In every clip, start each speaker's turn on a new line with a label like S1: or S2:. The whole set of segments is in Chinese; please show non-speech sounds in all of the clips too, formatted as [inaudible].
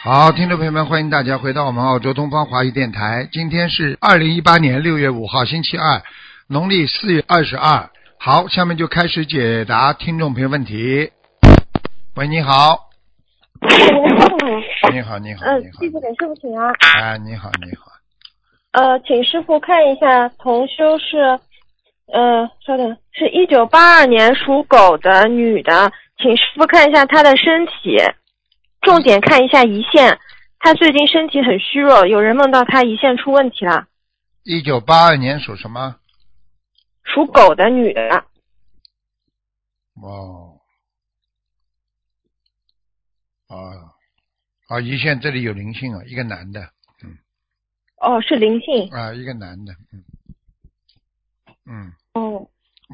S1: 好，听众朋友们，欢迎大家回到我们澳洲东方华语电台。今天是二零一八年六月五号，星期二，农历四月二十二。好，下面就开始解答听众朋友问题。喂，你好，你好， [laughs] 你好，
S2: 嗯
S1: 你，好
S2: 弟，子给师傅请安。
S1: 哎，你好，你好，
S2: 呃，请师傅看一下，同修是，呃，稍等，是一九八二年属狗的女的，请师傅看一下她的身体，重点看一下胰腺，她最近身体很虚弱，有人梦到她胰腺出问题了。
S1: 一九八二年属什么？
S2: 属狗的女的，
S1: 哦，哦，啊，胰腺这里有灵性啊，一个男的
S2: 哦，是灵性，
S1: 啊，一个男的，嗯，嗯。
S2: 哦，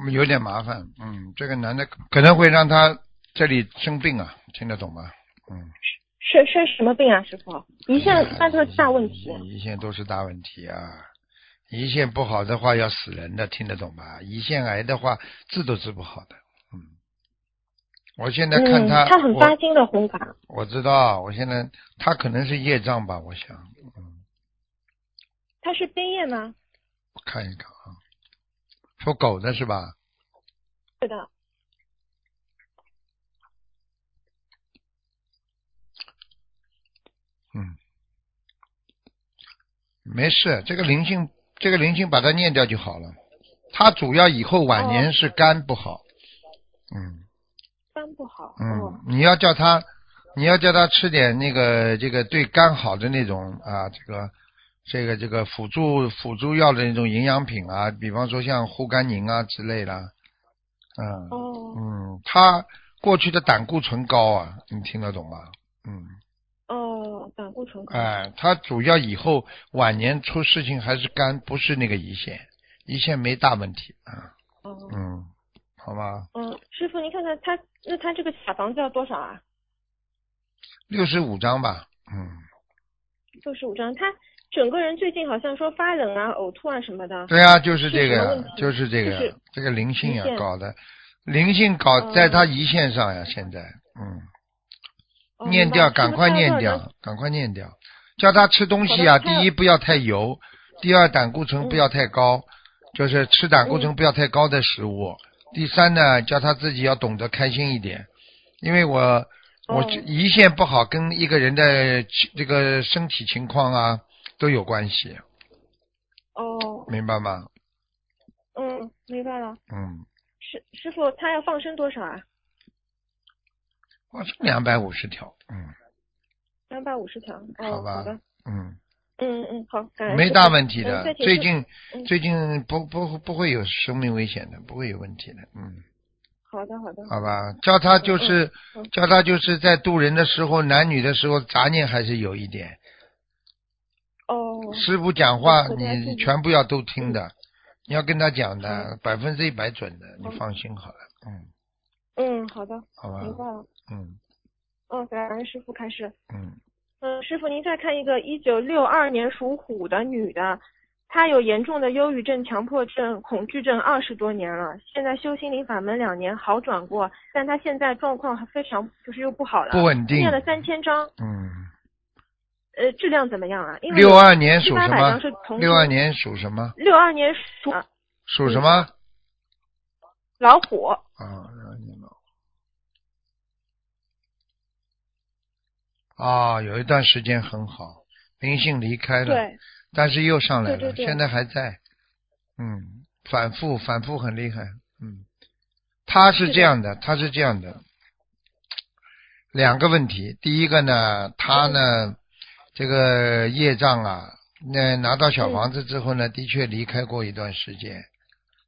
S1: 嗯有点麻烦，嗯，这个男的可能会让他这里生病啊，听得懂吗？嗯，
S2: 是是什么病啊，师傅？胰腺一般都是大问题。
S1: 胰腺嗯都是大问题啊，胰腺不好的话要死人的，听得懂吧？胰腺癌的话治都治不好的，嗯，我现在看
S2: 嗯，
S1: 他，
S2: 她很发心的红法，
S1: 我我知道，我现在他可能是业障吧，我想，嗯，
S2: 她是边业吗？
S1: 我看一看啊，属狗的是吧？
S2: 是的，
S1: 没事，这个灵性，这个灵性把它念掉就好了。它主要以后晚年是肝不好，嗯
S2: 肝不好。哦
S1: 嗯，你要叫他，你要叫他吃点那个这个对肝好的那种啊，这个这个这个辅助辅助药的那种营养品啊，比方说像护肝宁啊之类的，嗯
S2: 哦
S1: 嗯，他过去的胆固醇高啊，你听得懂吗？嗯，
S2: 哦，胆固醇高。
S1: 哎，他主要以后晚年出事情还是肝，不是那个胰腺，胰腺没大问题啊。
S2: 哦，
S1: 嗯，好吧，
S2: 嗯，师傅，您看看他，那他这个小房子要多少啊？
S1: 六十五张吧。嗯，
S2: 六十五张。他整个人最近好像说发冷啊、呕吐啊什么的。
S1: 对啊，就是这个
S2: 是什么
S1: 呀
S2: 问，题
S1: 就是这个
S2: 就
S1: 呀
S2: 是，
S1: 这个灵性呀啊
S2: 胰腺
S1: 搞的，灵性搞
S2: 哦
S1: 在他胰腺上呀，现在，嗯，
S2: 哦
S1: 念掉，赶快念。
S2: 明白是不是
S1: 掉，赶快念掉，叫他吃东西呀，
S2: 好的还有
S1: 第一不要太油，第二胆固醇不要太高，就是吃胆固醇不要太高的食物。第三呢，叫他自己要懂得开心一点，因为我我
S2: 哦
S1: 胰腺不好跟一个人的情这个身体情况啊都有关系，
S2: 他哦，
S1: 明白吗？
S2: 嗯，明白了。
S1: 嗯，
S2: 师师傅，他要放生多少啊？
S1: 我是两百五十条，嗯
S2: 两百五十条。哦，
S1: 好
S2: 好
S1: 吧
S2: 的。
S1: 嗯，
S2: 嗯嗯，好，感恩师傅。
S1: 没大问题
S2: 嗯
S1: 的
S2: 再，请
S1: 最
S2: 师
S1: 近
S2: 嗯
S1: 最近不不不会有生命危险的，不会有问题的，嗯。
S2: 好的好的。
S1: 好吧，叫他就是
S2: 嗯嗯
S1: 叫他就是在渡人的时候，男女的时候杂念还是有一点。
S2: 哦，
S1: 师傅讲话
S2: 我回家
S1: 你
S2: 自己
S1: 全部要都听
S2: 嗯
S1: 的，你要跟他讲的百分之一百准的，
S2: 好
S1: 你放心好了，嗯，
S2: 嗯，好的，
S1: 好
S2: 明白
S1: 吧，
S2: 了。
S1: 嗯
S2: 嗯，感恩师傅开始。
S1: 嗯，
S2: 嗯，师傅，您再看一个一九六二年属虎的女的，她有严重的忧郁症、强迫症、恐惧症二十多年了，现在修心灵法门两年好转过，但她现在状况还非常就是又不好了，
S1: 不稳定
S2: 念，了三千张，
S1: 嗯，
S2: 呃，质量怎么样啊？因为
S1: 六二年属
S2: 八
S1: 什
S2: 百张
S1: 么？
S2: 是同
S1: 六二年属什么？
S2: 六二年属呃
S1: 属什么？
S2: 老虎，
S1: 啊，让你老啊，有一段时间很好，灵性离开了，
S2: 对，
S1: 但是又上来了，
S2: 对对对
S1: 现在还在，嗯，反复反复很厉害，嗯，他是这样的，他是这样的，两个问题，第一个呢，他呢，这个业障啊，那拿到小房子之后
S2: 嗯
S1: 呢，的确离开过一段时间，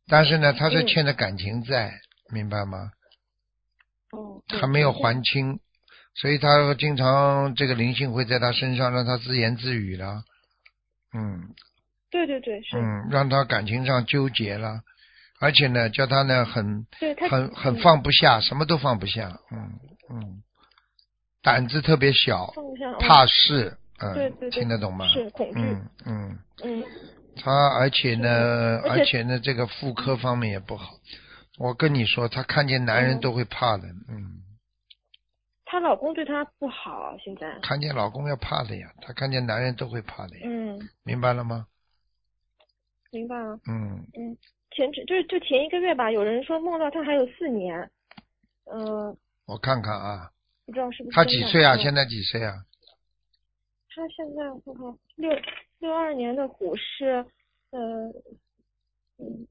S1: 但是呢，他是
S2: 嗯
S1: 欠着感情债，明白吗？
S2: 哦，
S1: 他没有还清，所以他经常这个灵性会在他身上让他自言自语了，嗯，
S2: 对，对对对，是，
S1: 嗯，让他感情上纠结了，而且呢，叫他呢很
S2: 对她
S1: 很很
S2: 嗯
S1: 放不下，什么都放不下，嗯嗯，胆子特别小，
S2: 放不下，哦
S1: 怕事，嗯，
S2: 对对对
S1: 听得懂吗？
S2: 是恐惧，
S1: 嗯嗯，
S2: 嗯，
S1: 他而且呢，
S2: 是的而
S1: 而
S2: 且
S1: 且呢，这个妇科方面也不好。我跟你说，他看见男人
S2: 嗯
S1: 都会怕的，嗯，
S2: 她老公对她不好，啊现在。
S1: 看见老公要怕的呀，她看见男人都会怕的呀，
S2: 嗯，
S1: 明白了吗？
S2: 明白了。
S1: 嗯，
S2: 嗯，前就是就前一个月吧，有人说梦到她还有四年，嗯、
S1: 我看看啊，
S2: 不知道是不是。
S1: 她几岁啊？
S2: 嗯
S1: 现在几岁啊？
S2: 他现在我看六六二年的虎是，呃，嗯，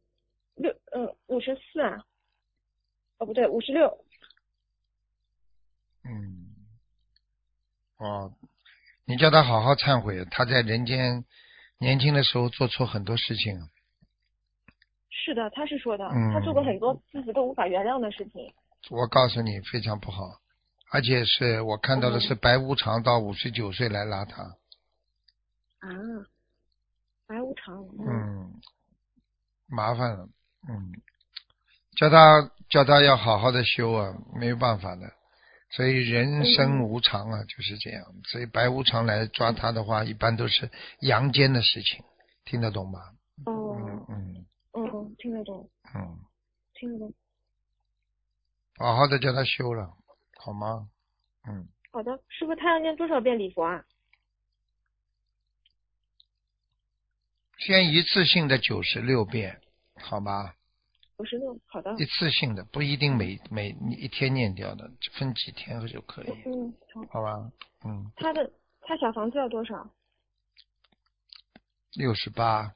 S2: 六呃五十四啊，哦不对五十六，
S1: 嗯，哦，你叫她好好忏悔，她在人间年轻的时候做错很多事情，
S2: 是的，他是说的，
S1: 嗯
S2: 他做过很多自己都无法原谅的事情。
S1: 我告诉你非常不好，而且是我看到的是白无常到五十九岁来拉她。
S2: 啊，白无常，
S1: 嗯，麻烦了，嗯，叫他叫他要好好的修啊，没有办法的，所以人生无常啊，就是这样，所以白无常来抓他的话，一般都是阳间的事情，听得懂吧？
S2: 哦，
S1: 嗯嗯
S2: 嗯嗯，听得懂，
S1: 嗯，
S2: 听得懂。
S1: 好好的叫他修了，好吗？嗯，
S2: 好的，师傅，他要念多少遍礼佛啊？
S1: 先一次性的九十六遍，好吗？
S2: 五十六，好的，
S1: 一次性的不一定每每你一天念掉的，分几天就可以，
S2: 嗯，
S1: 好
S2: 好。
S1: 吧？嗯，
S2: 他的他小房子要多少？
S1: 六十八。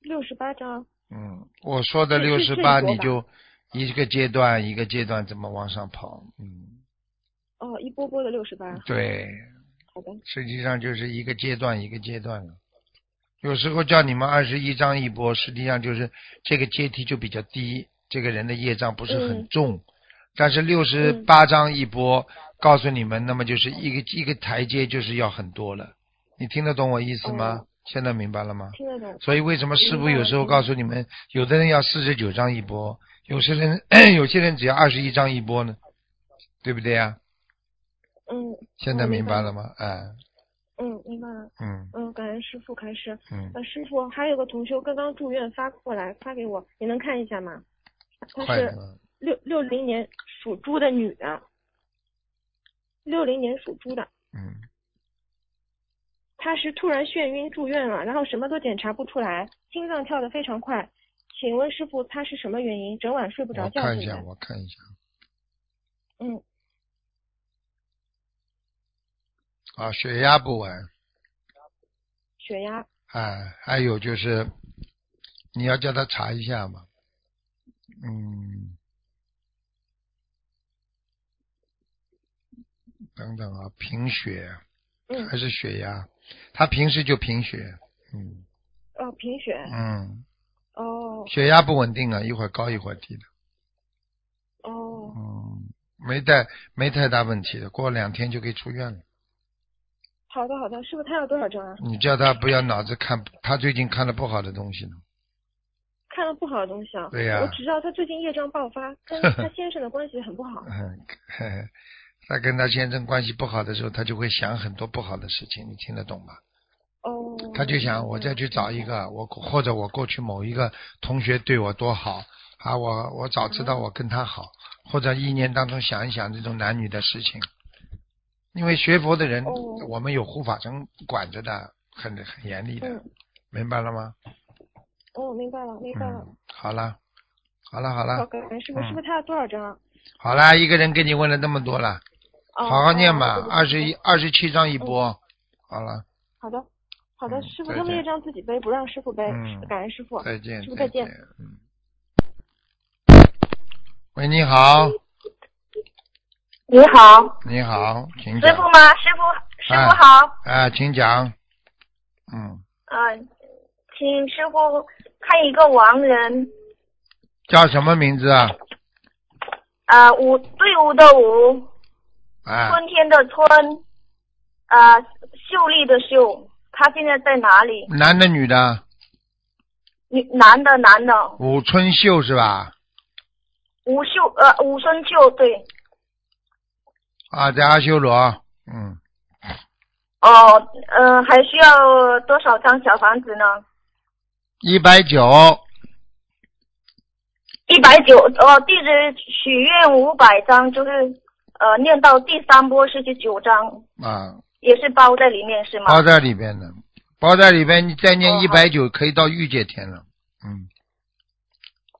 S2: 六十八张。
S1: 嗯，我说的六
S2: 是
S1: 十
S2: 是
S1: 八，
S2: 最多
S1: 你
S2: 吧
S1: 就一个阶段一个阶段怎么往上跑？嗯，
S2: 哦，一波波的六十八。
S1: 对，
S2: 好的，
S1: 实际上就是一个阶段一个阶段了。有时候叫你们二十一章一波，实际上就是这个阶梯就比较低，这个人的业障不是很
S2: 嗯
S1: 重。但是六十八章一波，告诉你们，那么就是一个一个台阶就是要很多了。你听得懂我意思吗？
S2: 哦
S1: 现在明白了吗？
S2: 听得懂。
S1: 所以为什么师傅有时候
S2: 明白嗯
S1: 告诉你们，有的人要四十九张一波，有些人 [clears throat] 有些人只要二十一张一波呢，对不对呀、
S2: 嗯
S1: 现在
S2: 嗯
S1: 明
S2: 明
S1: 白
S2: 白
S1: 了吗？哎，
S2: 嗯，明白了。
S1: 嗯
S2: 嗯，感恩师傅开示。
S1: 嗯，
S2: 呃，师傅，还有个同修刚刚住院发过来，发给我，你能看一下吗？她
S1: 快
S2: 是
S1: 点吧，
S2: 六六零年属猪的女的，六零年属猪的，
S1: 嗯，
S2: 她是突然眩晕住院了，然后什么都检查不出来，心脏跳得非常快。请问师傅，她是什么原因？整晚睡不着
S1: 我
S2: 觉
S1: 看一
S2: 现
S1: 下，
S2: 在
S1: 我看一下，
S2: 嗯，
S1: 啊，血压不稳，
S2: 血压。
S1: 哎，还有就是，你要叫他查一下嘛，嗯，等等啊，贫血
S2: 嗯，
S1: 还是血压？他平时就贫血，嗯。
S2: 哦，贫血。
S1: 嗯，
S2: 哦
S1: 血压不稳定啊，一会儿高一会儿低的。
S2: 哦
S1: 嗯，没太没太大问题的，过两天就可以出院了。
S2: 好的好的，师傅，她要多少张啊？
S1: 你叫他不要脑子看，他最近看了不好的东西呢。
S2: 看了不好的东西啊。
S1: 对呀
S2: 我只知道她最近业障爆发，跟她先生的关系很不
S1: [laughs]
S2: 好。
S1: 嗯，呵呵 [laughs] 他跟他先生关系不好的时候，他就会想很多不好的事情，你听得懂吗？
S2: 哦。嗯
S1: 他就想我再去找一个我或者我过去某一个同学对我多好啊，我我早知道我跟他好，或者一年当中想一想这种男女的事情，因为学佛的人，
S2: 哦
S1: 我们有护法神管着的，很很严厉的，
S2: 嗯
S1: 明白了吗？
S2: 哦，明白了，明白了。
S1: 嗯，好了，好了，好
S2: 好，
S1: 了，
S2: 感恩师傅，
S1: 嗯
S2: 师傅他要多少张？啊
S1: 好了，一个人给你问了那么多了，
S2: 哦
S1: 好好嗯念吧
S2: 哦对不，起
S1: 二十一二十七章一波，好了，
S2: 好的，好的，
S1: 嗯
S2: 师傅
S1: 再
S2: 他们
S1: 见
S2: 业障自己背，不让师傅背
S1: 嗯，
S2: 感恩师傅。
S1: 再见
S2: 师，傅
S1: 再
S2: 再
S1: 见
S2: 见，
S1: 嗯。喂，你好。
S3: 你好，
S1: 你好，请
S3: 师
S1: 讲
S3: 傅。吗？师傅，师
S1: 嗯哎
S3: 傅好。
S1: 啊，请讲。嗯，
S3: 嗯、请师傅看一个亡人，
S1: 叫什么名字啊？
S3: 呃，伍队伍的伍，
S1: 啊，
S3: 春天的春，呃，秀丽的秀。他现在在哪里？
S1: 男的女的？
S3: 女男的男的，
S1: 武春秀是吧？
S3: 吴秀呃吴春秀对。
S1: 啊，在阿修罗。嗯，
S3: 哦，呃，还需要多少张小房子呢？
S1: 一百九。
S3: 一百九哦，地址许愿五百张，就是呃念到第三波是第九章，
S1: 啊，
S3: 也是包在里面是吗？
S1: 包在里边的，包在里边，你再念
S3: 哦
S1: 一
S3: 好
S1: 百九可以到御界天了。嗯，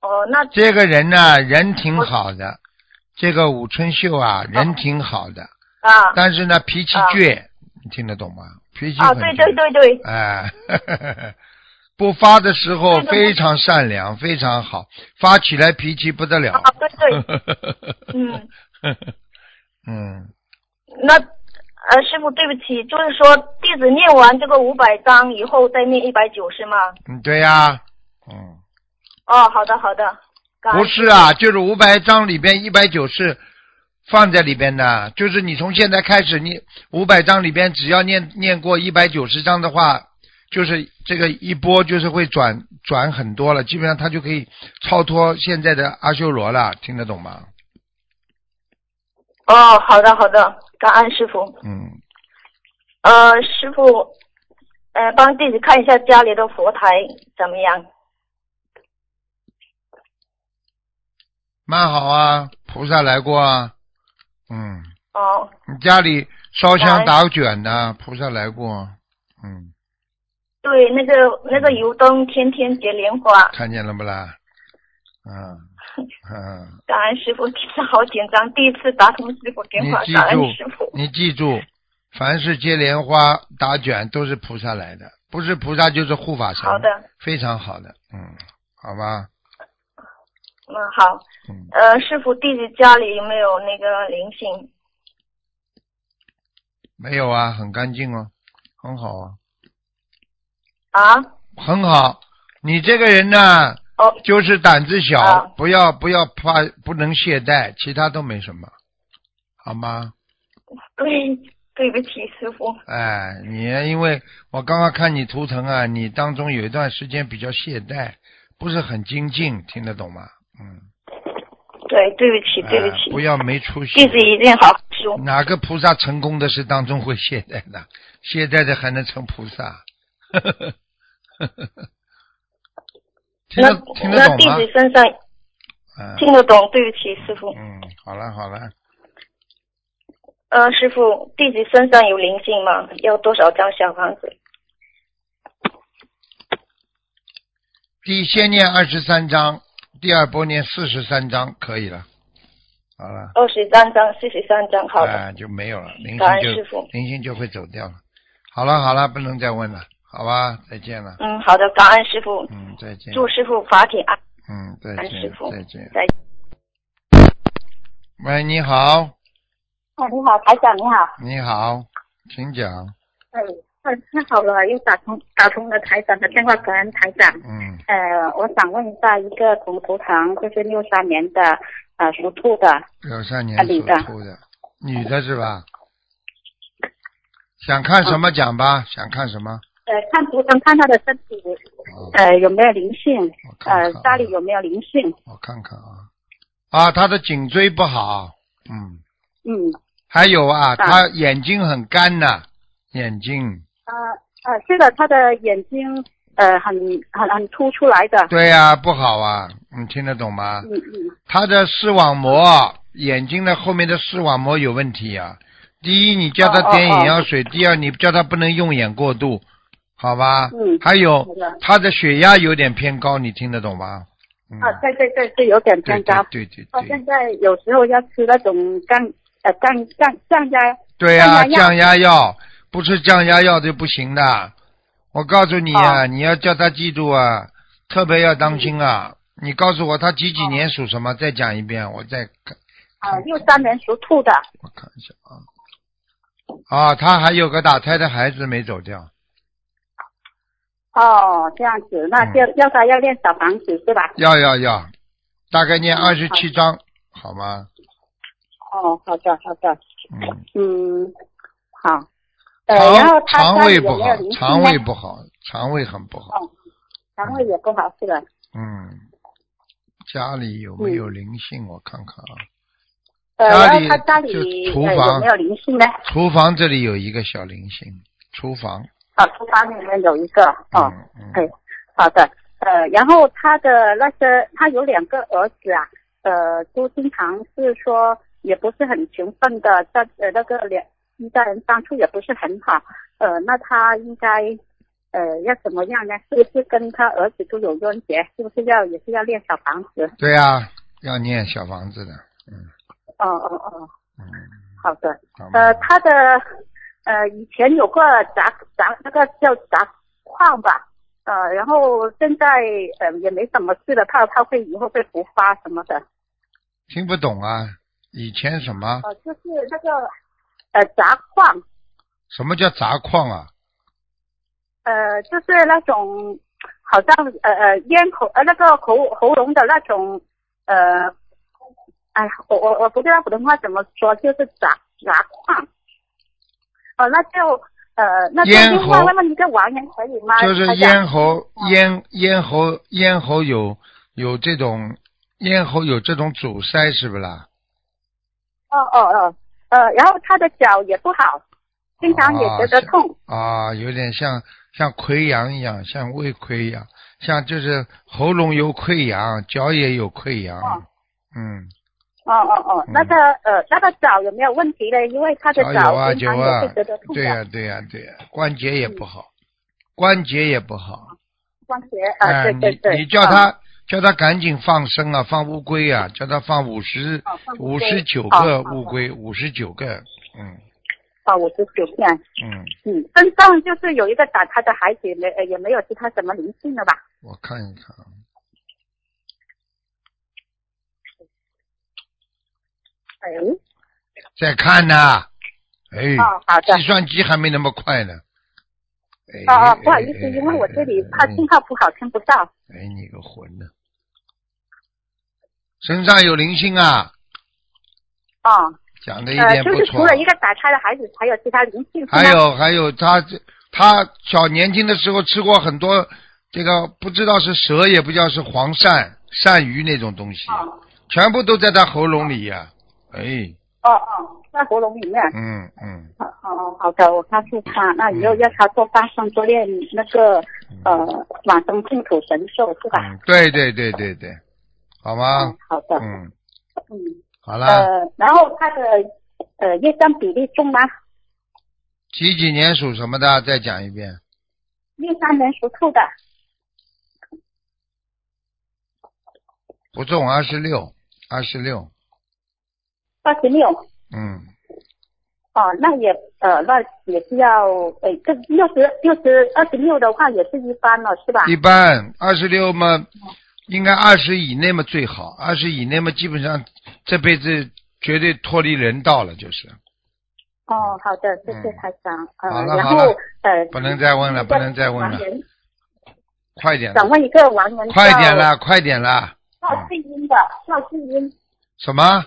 S3: 哦，那
S1: 这个人呢，人挺好的，这个武春秀啊，人挺好的，
S3: 啊
S1: 但是呢，脾气
S3: 哦啊
S1: 倔，你听得懂吗？脾气
S3: 啊，
S1: 很
S3: 对
S1: 倔
S3: 对对对，
S1: 哎， [laughs] 不发的时候
S3: 对的
S1: 非常善良，非常好，发起来脾气不得了。
S3: 啊对对，嗯，
S1: [laughs] 嗯，
S3: 那呃师傅对不起，就是说弟子念完这个五百章以后再念一百九是吗？
S1: 嗯对呀、嗯，
S3: 哦，好的好的，感恩
S1: 不是啊，就是五百章里边一百九是放在里边的，就是你从现在开始，你五百章里边只要念念过一百九十章的话，就是这个一波就是会转转很多了，基本上他就可以超脱现在的阿修罗了，听得懂吗？
S3: 哦，好的好的，感恩师傅。
S1: 嗯，
S3: 呃，师傅，呃，帮弟子看一下家里的佛台怎么样？
S1: 蛮好啊，菩萨来过啊，嗯，
S3: 哦
S1: 你家里烧香打卷呢、菩萨来过，嗯，
S3: 对，那个那个油灯天天结莲花，
S1: 看见了不啦？嗯嗯，
S3: 感恩师傅，弟子好紧张，第一次打通师傅电
S1: 你
S3: 话，
S1: 记
S3: 感恩师
S1: 住
S3: 傅，。
S1: 你记住，凡是接莲花打卷都是菩萨来的，不是菩萨就是护法神，
S3: 好的，
S1: 非常好的，嗯，好吧，
S3: 嗯，好。
S1: 嗯，
S3: 呃，师傅，弟子家里有没有那个灵性？
S1: 没有啊，很干净哦，很好啊，
S3: 啊？
S1: 很好，你这个人呢，
S3: 哦
S1: 就是胆子小，
S3: 啊
S1: 不要不要怕，不能懈怠，其他都没什么，好吗？
S3: [laughs] 对，对不起，师傅。
S1: 哎，你因为我刚刚看你图腾啊，你当中有一段时间比较懈怠，不是很精进，听得懂吗？嗯，
S3: 对，对不起，对不
S1: 哎
S3: 起。
S1: 不要嗯没出息
S3: 弟。子一定好好修。
S1: 哪个菩萨成功的是当中会懈怠的？ [laughs] 懈怠的还能成菩萨？ [laughs] 听得
S3: 那
S1: 听得
S3: 那
S1: 懂
S3: 弟
S1: 吗？
S3: 子身上
S1: 嗯
S3: 听得懂，对不起，师傅。
S1: 嗯，好了好了，
S3: 呃，师傅，弟子身上有灵性吗？要多少张小房子？
S1: 第先念二十三章，第二波念四十三章，可以了。好了，
S3: 二十三张，四十三张，好的，
S1: 哎就没有了，灵
S3: 感
S1: 性
S3: 恩师
S1: 就
S3: 傅。
S1: 灵性就会走掉了。好了好了，不能再问了，好吧，再见了，
S3: 嗯，好的，感恩师傅，
S1: 嗯，再见，
S3: 祝师傅法体安。
S1: 嗯，再
S3: 安
S1: 见
S3: 师，傅
S1: 再见，
S3: 再见。
S1: 喂，你好，
S4: 哎，你好，台长，你好。
S1: 你好，请讲，
S4: 哎，哎太好了，又打通打通了台长的电话，感恩台长。
S1: 嗯，
S4: 呃，我想问一下，一个同图堂，就是六三年的，呃，属兔的，
S1: 六三年
S4: 啊
S1: 属
S4: 女的
S1: 兔的，女的是吧？想看什么讲
S4: 嗯
S1: 吧，想看什么？
S4: 呃，看图腾看他的身体，
S1: 哦
S4: 呃，有没有灵性？
S1: 我看
S4: 呃
S1: 看，啊
S4: 家里有没有灵性？
S1: 我看看啊，啊，他的颈椎不好，嗯，
S4: 嗯，
S1: 还有啊，
S4: 啊
S1: 他眼睛很干呐、眼睛，
S4: 呃呃，是的，他的眼睛呃很很很凸出来的。
S1: 对呀、不好啊，你听得懂吗？
S4: 嗯嗯，
S1: 他的视网膜，眼睛的后面的视网膜有问题啊。第一，你叫他点眼药
S4: 哦
S1: 水；第二，你叫他不能用眼过度，好吧？
S4: 嗯
S1: 还有
S4: 好的
S1: 他的血压有点偏高，你听得懂吗？嗯，
S4: 啊，哦对对对，是有点
S1: 对
S4: 偏高。
S1: 对对
S4: 我
S1: 对对
S4: 现在有时候要吃那种降呃降降降压。
S1: 对呀、
S4: 降压药
S1: 降压药不吃降压药就不行的。我告诉你
S4: 哦
S1: 啊，你要叫他记住啊，特别要当心
S4: 嗯
S1: 啊。你告诉我他几
S4: 哦
S1: 几年属什么？再讲一遍，我再看
S4: 啊，六三年属兔的，
S1: 我看一下啊。啊，他还有个打胎的孩子没走掉，
S4: 哦，这样子，那
S1: 嗯
S4: 就要他要练小房子是吧？
S1: 要要要，大概
S4: 嗯
S1: 念二十七章，好吗？
S4: 哦，好的，好的，
S1: 嗯，
S4: 嗯，好。呃，然后
S1: 肠
S4: 他
S1: 肠
S4: 家里
S1: 胃
S4: 有
S1: 不
S4: 没有
S1: 好
S4: 灵，性
S1: 肠
S4: 呢
S1: 胃不好，肠胃很不好。
S4: 哦肠胃也不好是的。
S1: 嗯，家里有没有灵性？我看看
S4: 嗯
S1: 啊，家
S4: 呃，然后
S1: 里
S4: 他家
S1: 就
S4: 里
S1: 厨
S4: 呃
S1: 房
S4: 有没有灵性呢？
S1: 厨房这里有一个小灵性，厨房。
S4: 哦，厨房里面有一个哦，
S1: 嗯嗯
S4: 对，好的。呃，然后他的那些，他有两个儿子啊，呃，都经常是说，也不是很勤奋的，在呃那个两一家人相处也不是很好，呃，那他应该呃要怎么样呢？是不是跟他儿子都有冤结？是不是要也是要练小房子？
S1: 对呀、要念小房子的，
S4: 哦哦哦，
S1: 嗯，
S4: 好的。
S1: 好吗
S4: 呃，他的呃以前有个砸砸那个叫砸矿吧，呃，然后现在呃也没什么事了，怕他会以后会复发什么的，
S1: 听不懂啊，以前什么
S4: 呃，就是那个呃砸矿，
S1: 什么叫砸矿啊？
S4: 呃，就是那种好像呃呃咽口呃那个喉喉咙的那种呃，哎呀，我我我不知道普通话怎么说，就是砸砸矿。哦，那就呃，那就
S1: 咽
S4: 另外
S1: 喉
S4: 问一个王人可以吗？
S1: 就是
S4: 台长
S1: 咽喉
S4: 嗯
S1: 咽咽喉咽喉有有这种咽喉有这种阻塞是不啦？
S4: 哦哦哦，呃，然后他的脚也不好，经常也觉得
S1: 哦
S4: 痛。
S1: 啊，有点像像溃疡一样，像胃溃疡，像就是喉咙有溃疡，脚也有溃疡，
S4: 哦
S1: 嗯，
S4: 哦哦哦，那个呃，那个脚有没有问题呢？因为他的
S1: 脚有啊
S4: 经常
S1: 有
S4: 也
S1: 啊
S4: 会觉得痛，
S1: 对
S4: 的
S1: 呀、对呀、对呀、关节也不好，关节也不好，
S4: 关节
S1: 哎
S4: 啊，对对嗯对。
S1: 你你叫他、叫他赶紧放生啊，放乌龟啊，叫他放五十
S4: 哦放乌
S1: 五
S4: 龟
S1: 十九
S4: 好
S1: 个
S4: 好
S1: 乌
S4: 的
S1: 龟，五十九个，嗯
S4: 啊，我十九片，
S1: 嗯，
S4: 嗯，身上就是有一个打他的孩子，也没呃也没有其他什么灵性了吧？
S1: 我看一看啊，
S4: 哎，
S1: 嗯再看呐、哎，
S4: 哦，好的
S1: 计，算机还没那么快呢。哎
S4: 哦哦，不好意思，因为我这里怕信
S1: 哎
S4: 号不好，听不到。
S1: 哎哎你个混的，身上有灵性啊，
S4: 哦，
S1: 讲的一
S4: 呃，
S1: 点
S4: 就
S1: 不
S4: 是除
S1: 错。
S4: 了一个啊打他的孩子，还有其他灵性是吗？
S1: 还有还有，他他小年轻的时候吃过很多这个不知道是蛇，也不知道是黄鳝、鳝鱼那种东西，
S4: 哦
S1: 全部都在他喉咙里呀、哎，
S4: 哦哦，在喉咙里面。
S1: 嗯嗯，
S4: 哦哦，好的，我告诉他，那以后要他多放生，多练那个呃往生净土神咒是吧？
S1: 嗯，对对对对对，好吗
S4: 啊嗯？，好 [laughs] 的，
S1: 嗯，啊
S4: 嗯，
S1: 好啦。
S4: 呃，然后他的呃业障比例重吗？
S1: 几几年属什么的？再讲一遍。
S4: 六三年属兔的。
S1: 不中，二十六，二十六，
S4: 二十六
S1: 嗯，
S4: 哦，那也呃，那也是要呃，这六十六十二十六的话也是一般了，是吧？
S1: 一般二十六嘛，应该二十以内嘛最好，二十以内嘛基本上这辈子绝对脱离人道了，就是
S4: 哦，好的，谢谢
S1: 嗯
S4: 台长。
S1: 好
S4: 呃，
S1: 了
S4: 然
S1: 好
S4: 后
S1: 了
S4: 呃，
S1: 不能再问了，不能再问
S4: 王
S1: 了，
S4: 源
S1: 快点啦，
S4: 想问一个王源，
S1: 快点，啦，快点啦，
S4: 赵志英的赵志英，
S1: 什么？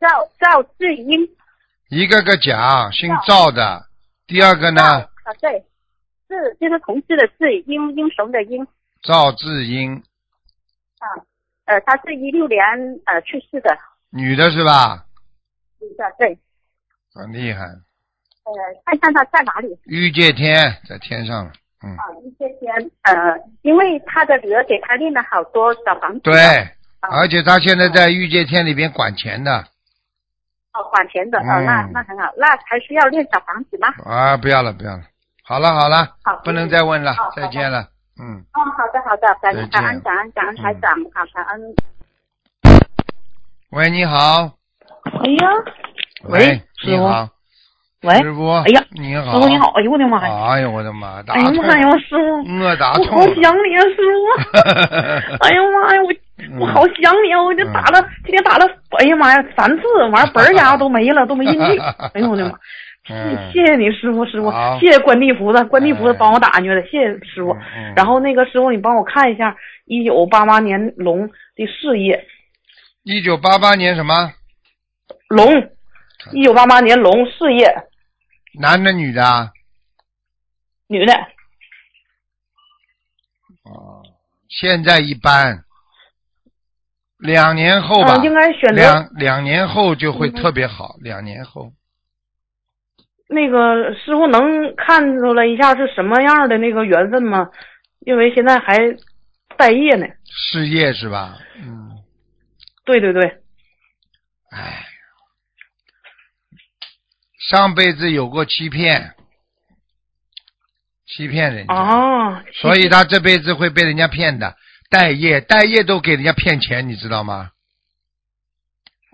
S4: 赵赵志英
S1: 一个个讲，姓赵的，第二个呢，
S4: 啊，对，是就是同志的志，英英雄的英
S1: 赵志英，
S4: 啊，呃，他是一六年呃去世的，
S1: 女的是吧？
S4: 是的，对，
S1: 很厉害，
S4: 呃，看看他在哪里。
S1: 玉界天在天上了，嗯，
S4: 啊，谢谢。呃，因为他的女儿给他练了好多小房子，
S1: 对，
S4: 啊
S1: 而且他现在在玉界天里边管钱的。
S4: 哦，管钱的，哦，
S1: 嗯
S4: 那那很好，那还需要练小房子吗？
S1: 啊，不要了，不要了，好了好了，
S4: 好，
S1: 不能再问了
S4: 好，
S1: 再见了，嗯。
S4: 哦，好的好的，
S1: 再
S4: 感
S1: 见嗯
S4: 恩感恩感恩感恩台长，好感恩。
S1: 喂，你好，
S2: 哎呀，
S1: 喂
S2: 喂，
S1: 你好，
S2: 喂，
S1: 师傅，哎
S2: 哎呀
S1: 你
S2: 师
S1: 好，
S2: 傅你好，，哎呦我的妈呀，
S1: 哎呦我的妈，打
S2: 哎呦
S1: 通
S2: 妈呀，
S1: 了，
S2: 我师傅，
S1: 我打
S2: 我
S1: 通
S2: 好
S1: 了，
S2: 想你啊，师
S1: [laughs]
S2: 傅，哎呦妈呀，我
S1: 嗯
S2: 我好想你啊，我这打了，今天打了，哎呀妈呀，三次，完了本儿家都没了，都没印
S1: [laughs]
S2: 记，哎呦我的妈，哎
S1: 嗯
S2: 谢谢你师傅，师傅
S1: 好，
S2: 谢谢观地菩萨，观地菩萨
S1: 哎
S2: 帮我打进去了，谢谢师傅
S1: 嗯嗯。
S2: 然后那个师傅，你帮我看一下一九八八年龙的事业，
S1: 一九八八年什么？
S2: 龙，
S1: 嗯
S2: 一九八八年龙事业，
S1: 男的女的啊？
S2: 女的，
S1: 哦，现在一般，两年后吧
S2: 嗯，，应该嗯选择
S1: 两两年后就会特别好，两年后，
S2: 那个师傅能看出来一下是什么样的那个缘分吗？因为现在还待业呢。
S1: 事业是吧？嗯。
S2: 对对对，
S1: 哎，上辈子有过欺骗，欺骗人家，
S2: 哦，
S1: 所以他这辈子会被人家骗的。待业，待业都给人家骗钱，你知道吗？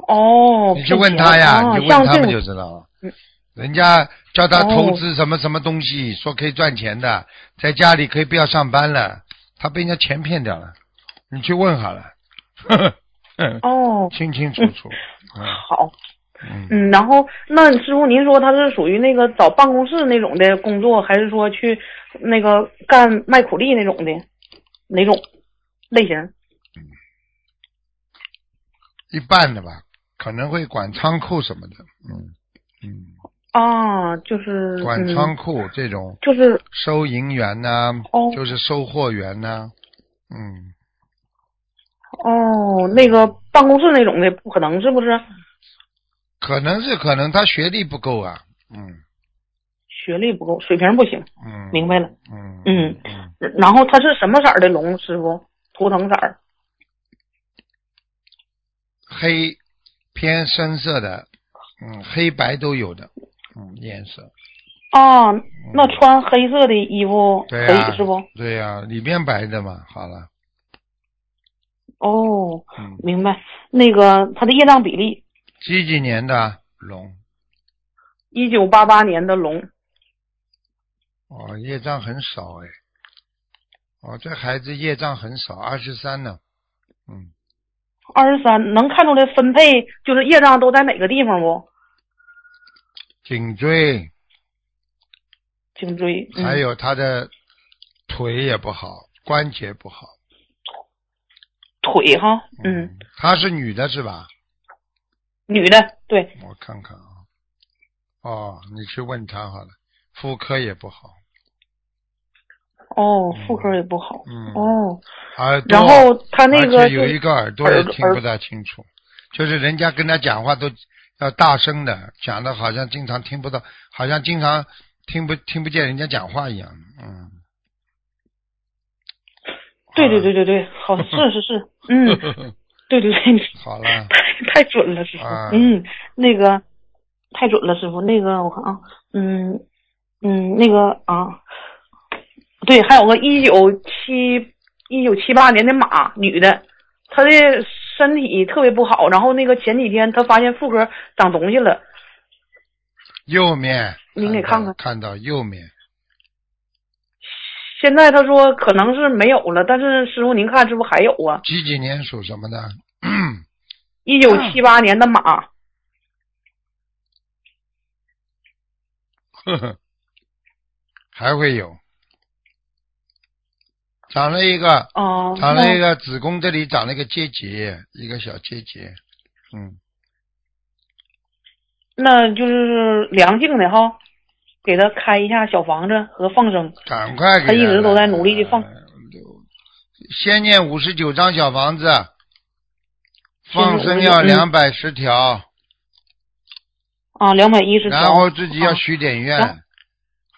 S2: 哦，
S1: 你去问他呀，
S2: 哦
S1: 你问他们
S2: 像这
S1: 就
S2: 种
S1: 知道了
S2: 嗯。
S1: 人家叫他投
S2: 哦
S1: 资什么什么东西，说可以赚钱的，在家里可以不要上班了，他被人家钱骗掉了。你去问好了， [laughs]
S2: 哦，
S1: 清清楚
S2: [laughs]
S1: 楚。
S2: 好，
S1: 嗯，嗯
S2: 嗯，然后那师傅您说他是属于那个找办公室那种的工作，还是说去那个干卖苦力那种的，哪种类型？
S1: 一半的吧，可能会管仓库什么的。嗯嗯，
S2: 啊，就是
S1: 管
S2: 嗯
S1: 仓库这种
S2: 就是
S1: 收银员呐、
S2: 哦
S1: 就是收货员呐、嗯，
S2: 哦，那个办公室那种的不可能是不是？
S1: 可能是可能他学历不够啊。嗯
S2: 学历不够，水平不行，
S1: 嗯，
S2: 明白了。
S1: 嗯
S2: 嗯
S1: 嗯，
S2: 然后它是什么色儿的龙，师傅？图腾色儿。
S1: 黑偏深色的，嗯，黑白都有的，嗯，颜色。
S2: 啊，那穿黑色的衣服可
S1: 嗯对
S2: 以、
S1: 呀、
S2: 是不？
S1: 对呀、里面白的嘛，好了，
S2: 哦，
S1: 嗯，
S2: 明白。那个他的业障比例，
S1: 几几年的啊龙？
S2: 一九八八年的龙。
S1: 哦，业障很少哎，哦，这孩子业障很少，二十三呢，嗯，
S2: 二十三，能看出来分配就是业障都在哪个地方不？
S1: 颈椎，
S2: 颈椎，嗯、
S1: 还有他的腿也不好，关节不好。
S2: 腿哈，嗯，，
S1: 她是女的是吧？
S2: 女的，对，
S1: 我看看啊，哦，你去问她好了，妇科也不好，
S2: 哦
S1: 嗯，
S2: 妇科也不好，
S1: 嗯，
S2: 哦，
S1: 耳朵，
S2: 然后他那个
S1: 而且有一个耳朵也
S2: 耳朵
S1: 听不大清楚，就是人家跟他讲话都要大声的，讲的好像经常听不到，好像经常听不听不见人家讲话一样，嗯，
S2: 对对对对对，
S1: [laughs]
S2: 好，是是是，嗯，
S1: 对，
S2: 对对对，
S1: 好了，
S2: [laughs] 太准了，师傅。
S1: 啊
S2: 嗯，那个太准了，师傅。那个我看啊，嗯嗯，那个啊，对，还有个一九七一九七八年的马女的，她的身体特别不好，然后那个前几天她发现妇科长东西了，
S1: 右面，
S2: 您给
S1: 看
S2: 看
S1: 到
S2: 看
S1: 看到右面，
S2: 现在她说可能是没有了，但是师傅您看是不是还有啊？
S1: 几几年属什么的？ [laughs]
S2: 一九
S1: 嗯
S2: 七八年的马，
S1: 呵呵，还会有，长了一个，
S2: 哦、
S1: 长了一
S2: 那
S1: 个子宫这里长了一个结节，一个小结节，嗯，
S2: 那就是良性的哈，给他开一下小房子和放生。
S1: 赶快给
S2: 他一直都在努力地放
S1: 呃先念五十九张小房子，放生要
S2: 嗯
S1: 两百十条，
S2: 啊，两百一十条。
S1: 然后自己要
S2: 啊
S1: 许点愿，
S2: 啊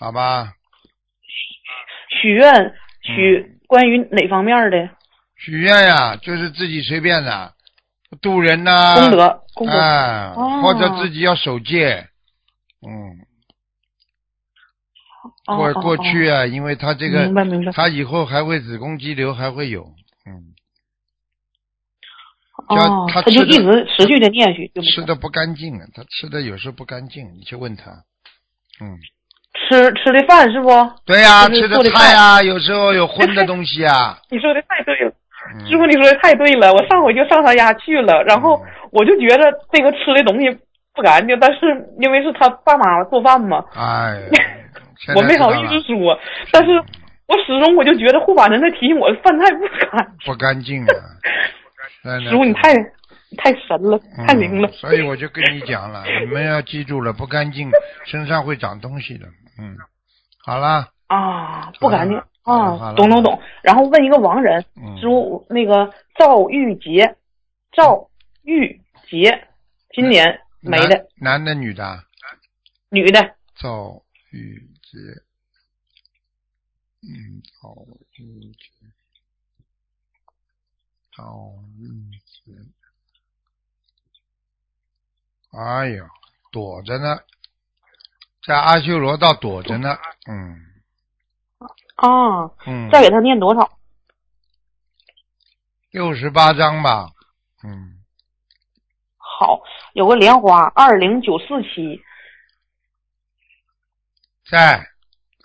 S1: 好吧？
S2: 许愿，
S1: 嗯
S2: 许关于哪方面的
S1: 许愿呀、就是自己随便的，渡人呐、
S2: 功德？功德。
S1: 啊，
S2: 哦
S1: 或者自己要守戒，嗯，
S2: 哦
S1: 过
S2: 哦
S1: 过
S2: 哦
S1: 去啊，因为他这个
S2: 明白明白。
S1: 他以后还会子宫肌瘤还会有，嗯，
S2: 哦，
S1: 他
S2: 他
S1: 吃
S2: 就
S1: 的
S2: 一直持续的念许，就
S1: 吃的不干净了，他吃的有时候不干净，你去问他，嗯，
S2: 吃吃的饭是不？
S1: 对呀、
S2: 就是
S1: 吃的
S2: 做的
S1: 菜啊，有时候有荤的东西
S2: [laughs]
S1: 啊，
S2: 你说的太对了，
S1: 嗯
S2: 师傅，你说的太对了。我上回就上他家去了，然后我就觉得这个吃的东西不干净，但是因为是他爸妈做饭嘛， [laughs]
S1: 哎呀，现
S2: 我
S1: 在
S2: 没
S1: 知道
S2: 好
S1: 了
S2: 意思说，但是我始终我就觉得护法神在提醒我饭菜不干。
S1: 不干净
S2: [laughs]
S1: 了，真的
S2: 师傅你太太神了，太灵了。
S1: 嗯所以我就跟你讲
S2: [laughs]
S1: 了，你们要记住了，不干净身上会长东西的。嗯，好啦，
S2: 啊，不干净
S1: 好了好
S2: 啊
S1: 了，
S2: 懂懂懂。然后问一个亡人，
S1: 嗯，
S2: 师傅那个赵玉杰，赵玉杰，今年没的，
S1: 嗯男，男的啊女的，
S2: 女的，
S1: 赵玉洁，嗯，赵玉洁，赵玉洁，哎呀，躲着呢，在阿修罗道躲着呢。嗯
S2: 啊，
S1: 嗯，
S2: 再给他念多少？
S1: 六十八章吧。嗯，
S2: 好，有个莲花二零九四七
S1: 在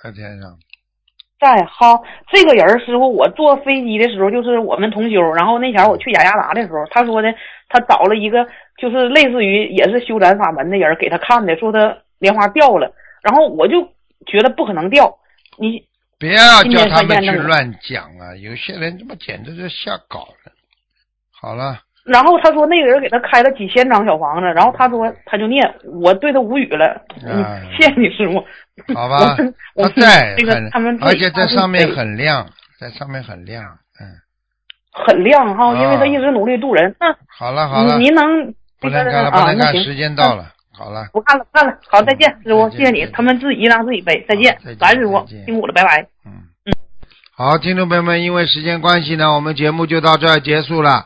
S1: 在天上。
S2: 在好，这个人儿师傅，我坐飞机的时候就是我们同修，然后那前儿我去雅加达的时候，他说的，他找了一个就是类似于也是修咱法门的人儿给他看的，说他莲花掉了，然后我就觉得不可能掉，你
S1: 不要
S2: 今
S1: 叫
S2: 天
S1: 他
S2: 发
S1: 们
S2: 现
S1: 去
S2: 那个
S1: 乱讲啊！有些人他妈简直是瞎搞了。好了，
S2: 然后他说那个人给他开了几千张小房子，然后他说他就念，我对他无语了，
S1: 哎
S2: 嗯，谢谢你师傅，
S1: 好吧
S2: 我
S1: 他啊
S2: 们
S1: 在
S2: 这
S1: 很
S2: 个他们，
S1: 而且在
S2: 在
S1: 上面很亮，在上面很亮。嗯，
S2: 很亮哈，因为
S1: 啊
S2: 他一直努力度人，那
S1: 好了好了，
S2: 您您能
S1: 不能
S2: 那
S1: 看
S2: 个
S1: 了不
S2: 嗯啊，
S1: 能
S2: 那
S1: 看，
S2: 行，嗯
S1: 时间到了。好了，
S2: 不看了，不看了。好，再见，师傅
S1: 再，见
S2: 谢谢你
S1: 再见。
S2: 他们自己让自己背，再
S1: 好
S2: 见
S1: 再见，
S2: 感恩师傅
S1: 再见，
S2: 辛苦了，拜拜。
S1: 嗯好，听众朋友们，因为时间关系呢，我们节目就到这儿结束了。